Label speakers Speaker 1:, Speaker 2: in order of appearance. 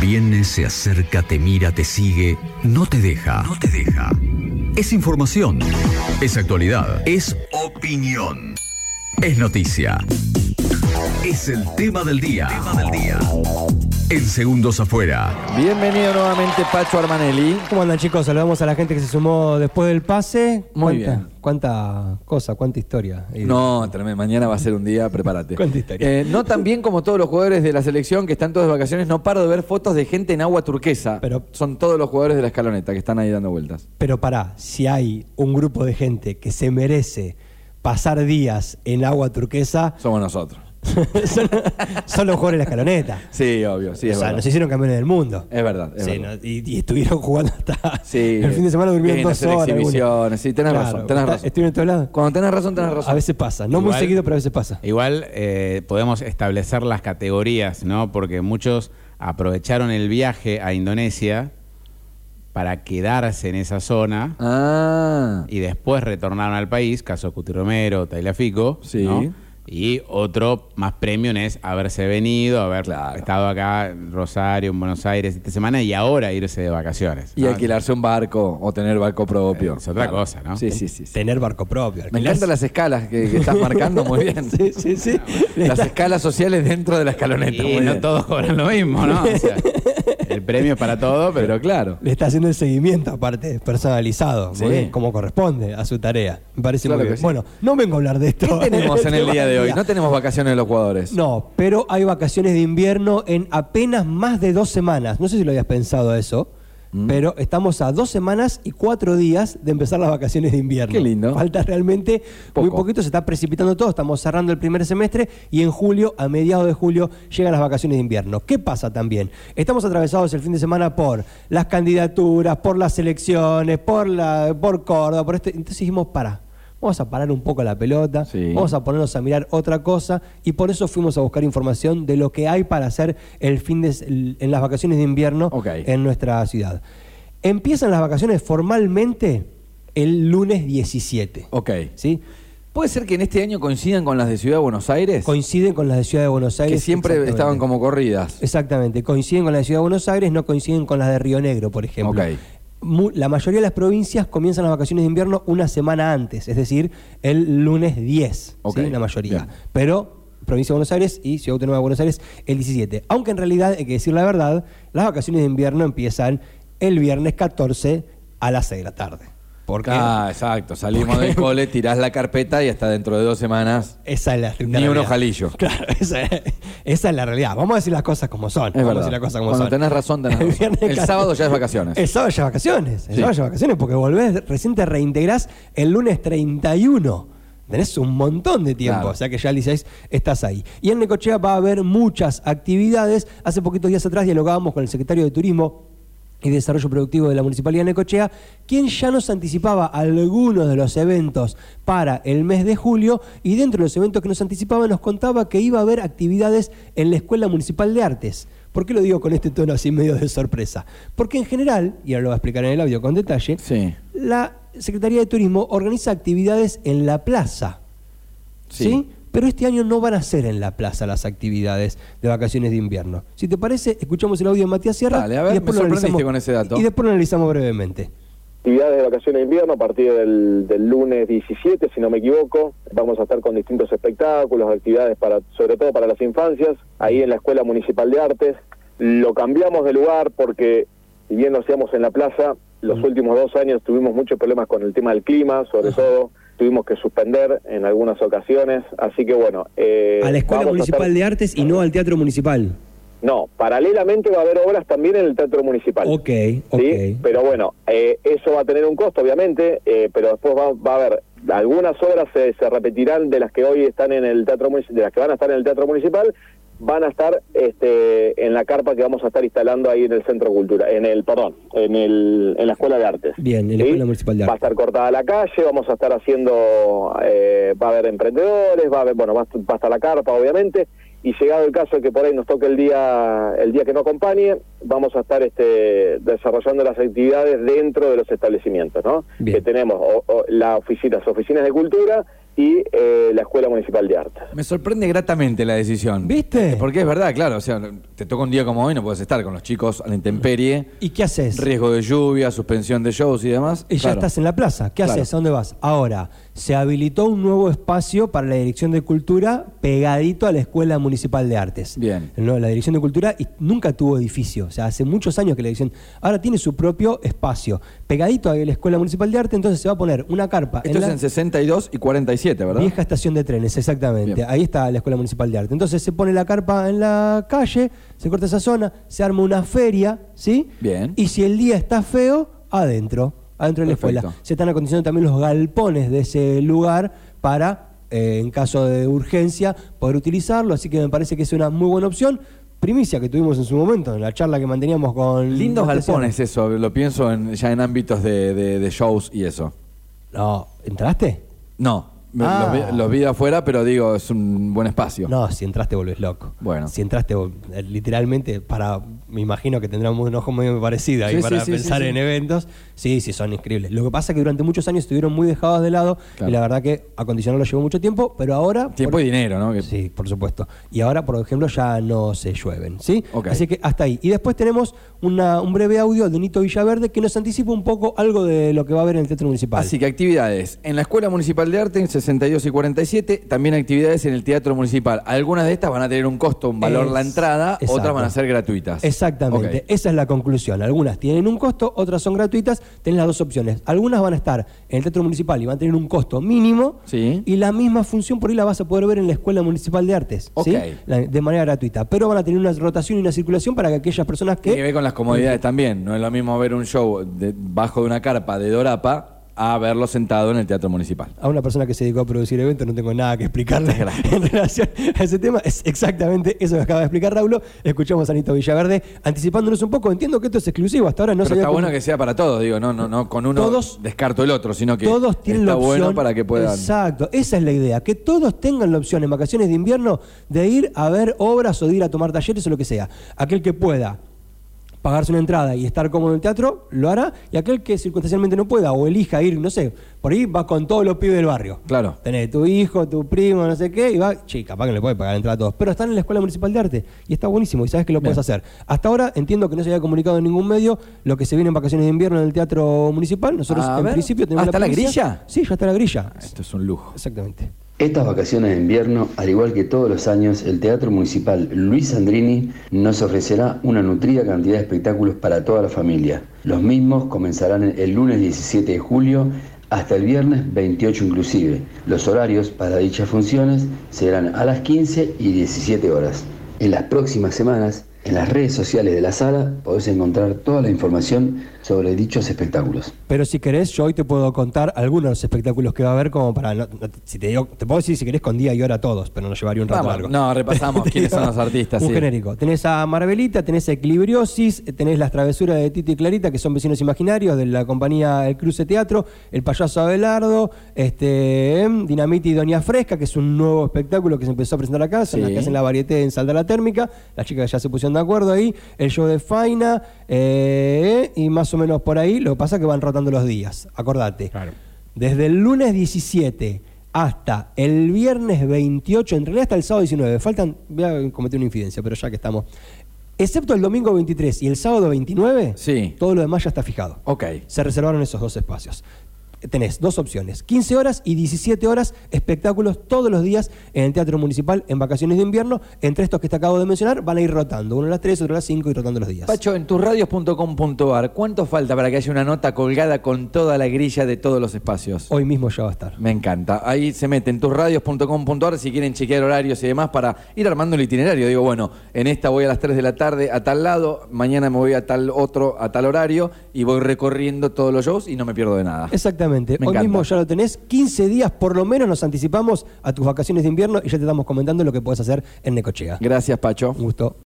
Speaker 1: Viene, se acerca, te mira, te sigue, no te deja. No te deja. Es información. Es actualidad. Es opinión. Es noticia. Es el tema del día. En segundos afuera.
Speaker 2: Bienvenido nuevamente Pacho Armanelli.
Speaker 3: ¿Cómo andan chicos? Saludamos a la gente que se sumó después del pase.
Speaker 2: Muy
Speaker 3: ¿Cuánta-
Speaker 2: bien.
Speaker 3: ¿Cuánta cosa? ¿Cuánta historia? Eh, Y-
Speaker 2: No, tremendo. Mañana va a ser un día, prepárate.
Speaker 3: Cuenta historia.
Speaker 2: Eh, no tan bien como todos los jugadores de la selección que están todos de vacaciones, no paro de ver fotos de gente en agua turquesa.
Speaker 3: Pero-
Speaker 2: son todos los jugadores de la escaloneta que están ahí dando vueltas.
Speaker 3: Pero pará, si hay un grupo de gente que se merece pasar días en agua turquesa,
Speaker 2: Somos nosotros.
Speaker 3: son, son los jugadores de la escaloneta.
Speaker 2: Sí, obvio, sí, es
Speaker 3: o sea,
Speaker 2: verdad.
Speaker 3: nos hicieron campeones del mundo.
Speaker 2: Es verdad, es
Speaker 3: Sí,
Speaker 2: verdad.
Speaker 3: no, y, y estuvieron jugando hasta
Speaker 2: Sí,
Speaker 3: el fin de semana
Speaker 2: vienen
Speaker 3: durmieron
Speaker 2: a
Speaker 3: dos
Speaker 2: hacer
Speaker 3: horas. algunos.
Speaker 2: exhibiciones, sí, tenés razón, tenés
Speaker 3: está-
Speaker 2: razón.
Speaker 3: Estuvieron en todos lados.
Speaker 2: Cuando tenés razón, tenés razón.
Speaker 3: A veces pasa, no muy
Speaker 4: Igual-
Speaker 3: seguido, pero a veces pasa.
Speaker 4: Igual eh, podemos establecer las categorías, ¿no? Porque muchos aprovecharon el viaje a Indonesia para quedarse en esa zona
Speaker 2: Ah,
Speaker 4: y después retornaron al país, caso Cuti Romero, Taila Fico,
Speaker 2: Sí.
Speaker 4: ¿no? Y otro más premium es haberse venido, haber
Speaker 2: Claro.
Speaker 4: estado acá en Rosario, en Buenos Aires esta semana y ahora irse de vacaciones.
Speaker 2: y
Speaker 3: Ah.
Speaker 4: ¿no?
Speaker 2: alquilarse un barco o tener barco propio.
Speaker 4: Es otra cosa, ¿no?
Speaker 2: Sí, sí, sí. sí.
Speaker 3: Tener barco propio.
Speaker 2: Me
Speaker 3: alquilarse-
Speaker 2: encantan las escalas que, que estás marcando muy bien.
Speaker 3: Sí, sí, sí.
Speaker 2: Las escalas sociales dentro de la escaloneta. muy
Speaker 4: Y no
Speaker 2: bien.
Speaker 4: todos cobran lo mismo, ¿no? O sea, el premio es para todo, pero,
Speaker 2: Pero claro.
Speaker 3: Le está haciendo el seguimiento, aparte, personalizado,
Speaker 2: Sí.
Speaker 3: muy bien, como corresponde a su tarea. Me parece
Speaker 2: Claro
Speaker 3: muy
Speaker 2: que
Speaker 3: bien.
Speaker 2: sí.
Speaker 3: Bueno, no vengo a hablar de esto.
Speaker 2: ¿Qué tenemos en el
Speaker 3: tema
Speaker 2: día de hoy?
Speaker 3: del
Speaker 2: No tenemos vacaciones de los jugadores.
Speaker 3: No, pero hay vacaciones de invierno en apenas más de dos semanas. No sé si lo habías pensado eso,
Speaker 2: Mm.
Speaker 3: pero estamos a dos semanas y cuatro días de empezar las vacaciones de invierno.
Speaker 2: Qué lindo.
Speaker 3: Falta realmente muy
Speaker 2: Poco.
Speaker 3: poquito, se está precipitando todo. Estamos cerrando el primer semestre y en julio, a mediados de julio, llegan las vacaciones de invierno. ¿Qué pasa también? Estamos atravesados el fin de semana por las candidaturas, por las elecciones, por, la, por Córdoba, por este. Entonces dijimos, para. Vamos a parar un poco la pelota,
Speaker 2: Sí.
Speaker 3: vamos a a ponernos a mirar otra cosa y por eso fuimos a buscar información de lo que hay para hacer el fin de, s- el- en las vacaciones de invierno
Speaker 2: Ok.
Speaker 3: en nuestra ciudad. Empiezan las vacaciones formalmente el lunes 17.
Speaker 2: Ok.
Speaker 3: ¿sí?
Speaker 2: ¿Puede ser que en este año coincidan con las de Ciudad de Buenos Aires?
Speaker 3: Coinciden con las de Ciudad de Buenos
Speaker 2: que
Speaker 3: Aires.
Speaker 2: siempre
Speaker 3: exactamente.
Speaker 2: estaban como corridas.
Speaker 3: Exactamente, coinciden con la de Ciudad de Buenos Aires, no coinciden con las de Río Negro, por ejemplo.
Speaker 2: Ok.
Speaker 3: Mu- La mayoría de las provincias comienzan las vacaciones de invierno una semana antes, es decir, el lunes 10, ¿sí?
Speaker 2: Ok,
Speaker 3: la mayoría.
Speaker 2: bien.
Speaker 3: Pero provincia de Buenos Aires y Ciudad Autónoma de Buenos Aires el 17. Aunque en realidad, hay que decir la verdad, las vacaciones de invierno empiezan el viernes 14 a las 6 de la tarde. Porque
Speaker 2: Ah, exacto. Salimos del cole, tirás la carpeta y hasta dentro de dos semanas.
Speaker 3: Esa es la estricta
Speaker 2: Ni un
Speaker 3: realidad.
Speaker 2: ojalillo.
Speaker 3: Claro, esa, esa es la realidad. Vamos a decir las cosas como son. Vamos a
Speaker 2: verdad.
Speaker 3: decir las cosas como
Speaker 2: Cuando
Speaker 3: son.
Speaker 2: tenés razón, tenés
Speaker 3: El
Speaker 2: razón.
Speaker 3: viernes
Speaker 2: El
Speaker 3: catorce-
Speaker 2: sábado ya es vacaciones.
Speaker 3: El sábado ya es vacaciones. El
Speaker 2: Sí.
Speaker 3: sábado ya es vacaciones porque volvés, recién te reintegrás el lunes 31. Tenés un montón de tiempo,
Speaker 2: Claro.
Speaker 3: o sea que ya el 16 estás ahí. Y en Necochea va a haber muchas actividades. Hace poquitos días atrás dialogábamos con el secretario de Turismo y Desarrollo Productivo de la Municipalidad de Necochea, quien ya nos anticipaba algunos de los eventos para el mes de julio y dentro de los eventos que nos anticipaba nos contaba que iba a haber actividades en la Escuela Municipal de Artes. ¿Por qué lo digo con este tono así medio de sorpresa? Porque en general, y ahora lo va a explicar en el audio con detalle,
Speaker 2: Sí.
Speaker 3: la Secretaría de Turismo organiza actividades en la plaza.
Speaker 2: Sí.
Speaker 3: ¿sí? Pero este año no van a ser en la plaza las actividades de vacaciones de invierno. Si te parece, escuchamos el audio de Matías Sierra.
Speaker 2: Dale, a ver,
Speaker 3: y después
Speaker 2: me
Speaker 3: lo
Speaker 2: sorprendiste
Speaker 3: analizamos-
Speaker 2: con ese dato.
Speaker 3: Y después lo analizamos brevemente.
Speaker 5: actividades de vacaciones de invierno a partir del, del lunes 17, si no me equivoco. Vamos a estar con distintos espectáculos, actividades para, sobre todo para las infancias, ahí en la Escuela Municipal de Artes. Lo cambiamos de lugar porque, si bien lo hacíamos en la plaza, los últimos dos años tuvimos muchos problemas con el tema del clima, sobre todo. Tuvimos que suspender en algunas ocasiones. Así que, bueno. eh,
Speaker 3: a la Escuela
Speaker 5: vamos
Speaker 3: Municipal
Speaker 5: estar-
Speaker 3: de Artes y no al Teatro Municipal.
Speaker 5: No, paralelamente va a haber obras también en el Teatro Municipal.
Speaker 3: Ok, ok.
Speaker 5: ¿sí? Pero bueno, eh, eso va a tener un costo, obviamente, eh, pero después va, va a haber algunas obras se, se repetirán de las que hoy están en el teatro Munici- de las que van a estar en el teatro municipal van a estar este, en la carpa que vamos a estar instalando ahí en el centro cultura en el perdón en el en la escuela de artes
Speaker 3: Bien, en la Escuela Municipal de
Speaker 5: Va a
Speaker 3: Artes.
Speaker 5: estar cortada la calle vamos a estar haciendo eh, va a haber emprendedores va a haber bueno va a, va a estar la carpa obviamente y llegado el caso de que por ahí nos toque el día el día que no acompañe, vamos a estar este, desarrollando las actividades dentro de los establecimientos, ¿no?
Speaker 3: Bien.
Speaker 5: Que tenemos o- o las oficinas, oficinas de cultura y eh, la Escuela Municipal de Artes.
Speaker 2: Me sorprende gratamente la decisión.
Speaker 3: ¿Viste?
Speaker 2: Porque es verdad, claro, o sea, te toca un día como hoy, no puedes estar con los chicos a la intemperie,
Speaker 3: ¿Y qué haces?
Speaker 2: riesgo de lluvia, suspensión de shows y demás.
Speaker 3: Y ya
Speaker 2: Claro.
Speaker 3: estás en la plaza. ¿Qué
Speaker 2: Claro.
Speaker 3: haces? ¿A dónde vas? Ahora, se habilitó un nuevo espacio para la Dirección de Cultura pegadito a la Escuela Municipal de Artes.
Speaker 2: Bien.
Speaker 3: No, La Dirección de Cultura y- nunca tuvo edificio. O sea, hace muchos años que la Dirección. Ahora tiene su propio espacio. Pegadito a la Escuela Municipal de Arte, entonces se va a poner una carpa.
Speaker 2: Esto
Speaker 3: en la-
Speaker 2: es en 62 y 47, ¿verdad?
Speaker 3: Vieja estación de trenes, exactamente.
Speaker 2: Bien.
Speaker 3: Ahí está la Escuela Municipal de Arte. Entonces se pone la carpa en la calle, se corta esa zona, se arma una feria, ¿sí?
Speaker 2: Bien.
Speaker 3: Y si el día está feo, adentro, adentro de la
Speaker 2: Perfecto.
Speaker 3: escuela. Se están acondicionando también los galpones de ese lugar para, eh, en caso de urgencia, poder utilizarlo. Así que me parece que es una muy buena opción. Primicia que tuvimos en su momento, en la charla que manteníamos con...
Speaker 2: Lindos
Speaker 3: la estación.
Speaker 2: galpones eso, lo pienso en- ya en ámbitos de, de- de shows y eso.
Speaker 3: No, ¿entraste?
Speaker 2: No, me-
Speaker 3: Ah.
Speaker 2: los, vi, los vi de afuera, pero digo, es un buen espacio.
Speaker 3: No, si entraste volvés loco.
Speaker 2: Bueno.
Speaker 3: Si entraste vol- eh, literalmente para, me imagino que tendrán un ojo medio parecido ahí
Speaker 2: Sí,
Speaker 3: para
Speaker 2: sí, sí,
Speaker 3: pensar
Speaker 2: sí, sí.
Speaker 3: en eventos. Sí, sí, son increíbles. Lo que pasa es que durante muchos años estuvieron muy dejados de lado
Speaker 2: Claro.
Speaker 3: y la verdad que acondicionarlo llevó mucho tiempo, pero ahora...
Speaker 2: Tiempo
Speaker 3: por-
Speaker 2: y dinero, ¿no? Que-
Speaker 3: Sí, por supuesto. Y ahora, por ejemplo, ya no se llueven, ¿sí?
Speaker 2: Ok.
Speaker 3: Así que hasta ahí. Y después tenemos una- un breve audio de Nito Villaverde que nos anticipa un poco algo de lo que va a haber en el Teatro Municipal.
Speaker 2: Así que actividades en la Escuela Municipal de Arte en 62 y 47, también actividades en el Teatro Municipal. Algunas de estas van a tener un costo, un valor la
Speaker 3: Es-
Speaker 2: entrada, otras
Speaker 3: exacto.
Speaker 2: van a ser gratuitas.
Speaker 3: Exactamente, Eh,
Speaker 2: Ok.
Speaker 3: esa es la conclusión. Algunas tienen un costo, otras son gratuitas. Tenés las dos opciones. Algunas van a estar en el Teatro Municipal y van a tener un costo mínimo.
Speaker 2: Sí.
Speaker 3: Y la misma función por ahí la vas a poder ver en la Escuela Municipal de Artes. ¿sí?
Speaker 2: Ok.
Speaker 3: La- de manera gratuita. Pero van a tener una rotación y una circulación para que aquellas personas
Speaker 2: Tiene que
Speaker 3: que.
Speaker 2: ver con las comodidades también. No es lo mismo ver un show debajo de una carpa de Dorapa a verlo sentado en el Teatro Municipal.
Speaker 3: A una persona que se dedicó a producir eventos no tengo nada que explicarle en relación a ese tema. Es exactamente eso que acaba de explicar Raulo. Escuchamos a Anito Villaverde anticipándonos un poco. Entiendo que esto es exclusivo. Hasta ahora no se
Speaker 2: Pero
Speaker 3: había
Speaker 2: está bueno
Speaker 3: comu-
Speaker 2: que sea para todos, digo, no, no, no, con uno
Speaker 3: Todos-
Speaker 2: descarto el otro, sino que
Speaker 3: todos tienen
Speaker 2: está
Speaker 3: la opción.
Speaker 2: bueno para que puedan.
Speaker 3: Exacto, esa es la idea, que todos tengan la opción en vacaciones de invierno de ir a ver obras o de ir a tomar talleres o lo que sea. Aquel que pueda pagarse una entrada y estar cómodo en el teatro, lo hará, y aquel que circunstancialmente no pueda o elija ir, no sé, por ahí va con todos los pibes del barrio.
Speaker 2: Claro.
Speaker 3: Tenés tu hijo, tu primo, no sé qué, y va, che, capaz que no le puede pagar la entrada a todos, pero están en la Escuela Municipal de Arte y está buenísimo y sabes que lo puedes hacer. Hasta ahora entiendo que no se había comunicado en ningún medio lo que se viene en vacaciones de invierno en el Teatro Municipal, nosotros
Speaker 2: A
Speaker 3: en
Speaker 2: ver.
Speaker 3: principio tenemos
Speaker 2: Ah, ¿está la
Speaker 3: primicia.
Speaker 2: grilla?
Speaker 3: Sí, ya está la grilla.
Speaker 2: Esto es un lujo.
Speaker 3: Exactamente.
Speaker 6: Estas vacaciones de invierno, al igual que todos los años, el Teatro Municipal Luis Sandrini nos ofrecerá una nutrida cantidad de espectáculos para toda la familia. Los mismos comenzarán el lunes 17 de julio hasta el viernes 28 inclusive. Los horarios para dichas funciones serán a las 15 y 17 horas. En las próximas semanas, en las redes sociales de la sala podés encontrar toda la información sobre dichos espectáculos.
Speaker 3: Pero si querés, yo hoy te puedo contar algunos de los espectáculos que va a haber como para... no- no- si te, digo- te puedo decir si querés con día y hora todos, pero nos llevaría un rato
Speaker 2: Vamos,
Speaker 3: largo.
Speaker 2: no, repasamos
Speaker 3: Te
Speaker 2: quiénes
Speaker 3: digo,
Speaker 2: son los artistas,
Speaker 3: Un
Speaker 2: sí.
Speaker 3: genérico. Tenés a Marvelita, tenés a Equilibriosis, tenés las travesuras de Titi y Clarita, que son vecinos imaginarios de la compañía El Cruce Teatro, El Payaso Abelardo, este, em, Dinamita y Doña Fresca, que es un nuevo espectáculo que se empezó a presentar acá, son las
Speaker 2: Sí.
Speaker 3: que hacen la varieté en Salda la Térmica, las chicas ya se pusieron de acuerdo ahí, el show de Faina, eh, y más o menos por ahí, lo que pasa es que van rotando los días, acordate.
Speaker 4: Claro.
Speaker 3: Desde el lunes 17 hasta el viernes 28, en realidad hasta el sábado 19, faltan, voy a cometer una infidencia, pero ya que estamos, excepto el domingo 23 y el sábado 29,
Speaker 2: Sí.
Speaker 3: todo lo demás ya está fijado.
Speaker 2: Ok.
Speaker 3: Se reservaron esos dos espacios. Tenés dos opciones, 15 horas y 17 horas, espectáculos todos los días en el Teatro Municipal en vacaciones de invierno. Entre estos que te acabo de mencionar, van a ir rotando, uno a las 3, otro a las 5 y rotando los días.
Speaker 2: Pacho, en tusradios.com.ar, ¿cuánto falta para que haya una nota colgada con toda la grilla de todos los espacios?
Speaker 3: Hoy mismo ya va a estar.
Speaker 2: Me encanta. Ahí se meten tusradios.com.ar si quieren chequear horarios y demás para ir armando el itinerario. Digo, bueno, en esta voy a las 3 de la tarde a tal lado, mañana me voy a tal otro, a tal horario y voy recorriendo todos los shows y no me pierdo de nada.
Speaker 3: Exactamente.
Speaker 2: Me
Speaker 3: Hoy
Speaker 2: encanta.
Speaker 3: mismo ya lo tenés. 15 días por lo menos nos anticipamos a tus vacaciones de invierno y ya te estamos comentando lo que puedes hacer en Necochea.
Speaker 2: Gracias, Pacho.
Speaker 3: Un gusto.